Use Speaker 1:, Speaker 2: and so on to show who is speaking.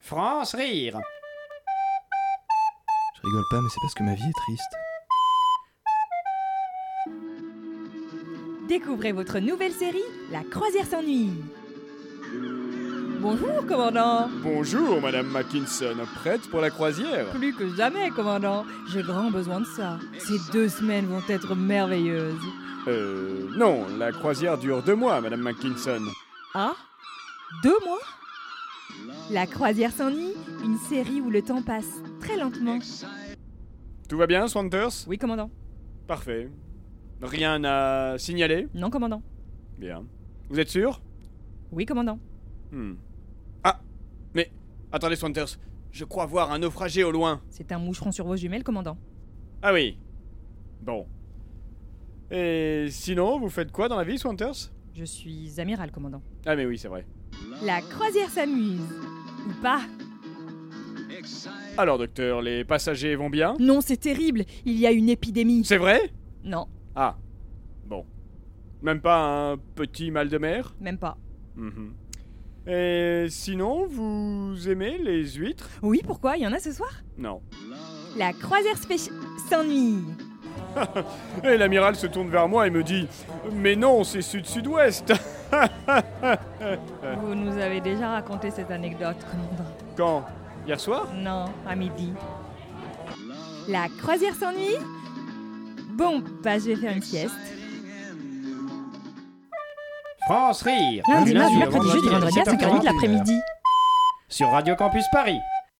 Speaker 1: France rire.
Speaker 2: Je rigole pas, mais c'est parce que ma vie est triste.
Speaker 3: Découvrez votre nouvelle série, La croisière s'ennuie. Bonjour, commandant.
Speaker 4: Bonjour, Madame Mackinson, prête pour la croisière
Speaker 3: Plus que jamais, commandant. J'ai grand besoin de ça. Ces deux semaines vont être merveilleuses.
Speaker 4: Euh, non, la croisière dure deux mois, Madame Mackinson.
Speaker 3: Ah Deux mois La croisière s'ennuie, une série où le temps passe très lentement.
Speaker 4: Tout va bien, Swanters
Speaker 3: Oui, commandant.
Speaker 4: Parfait. Rien à signaler
Speaker 3: Non, commandant.
Speaker 4: Bien. Vous êtes sûr
Speaker 3: Oui, commandant.
Speaker 4: Hmm. Ah Mais, attendez, Swanters, je crois voir un naufragé au loin.
Speaker 3: C'est un moucheron sur vos jumelles, commandant.
Speaker 4: Ah oui. Bon. Et sinon, vous faites quoi dans la vie, Swanters
Speaker 3: Je suis amiral, commandant.
Speaker 4: Ah mais oui, c'est vrai.
Speaker 3: La croisière s'amuse. Ou pas
Speaker 4: Alors, docteur, les passagers vont bien
Speaker 3: Non, c'est terrible. Il y a une épidémie.
Speaker 4: C'est vrai
Speaker 3: Non,
Speaker 4: Ah. Bon. Même pas un petit mal de mer
Speaker 3: même pas.
Speaker 4: Mhm. Et sinon, vous aimez les huîtres
Speaker 3: Oui, pourquoi Il y en a ce soir
Speaker 4: Non.
Speaker 3: La croisière spéci- s'ennuie.
Speaker 4: Et l'amiral se tourne vers moi et me dit Mais non, c'est sud-sud-ouest
Speaker 3: Vous nous avez déjà raconté cette anecdote, commandant.
Speaker 4: Quand Hier soir
Speaker 3: Non, à midi. La croisière s'ennuie Bon, bah je vais faire une sieste.
Speaker 1: France rire.
Speaker 3: Lundi,
Speaker 1: Du
Speaker 3: mardi,
Speaker 1: au
Speaker 3: mercredi, jeudi, vendredi à 5h30 de
Speaker 1: 17h30,
Speaker 3: l'après-midi.
Speaker 1: Sur Radio Campus Paris.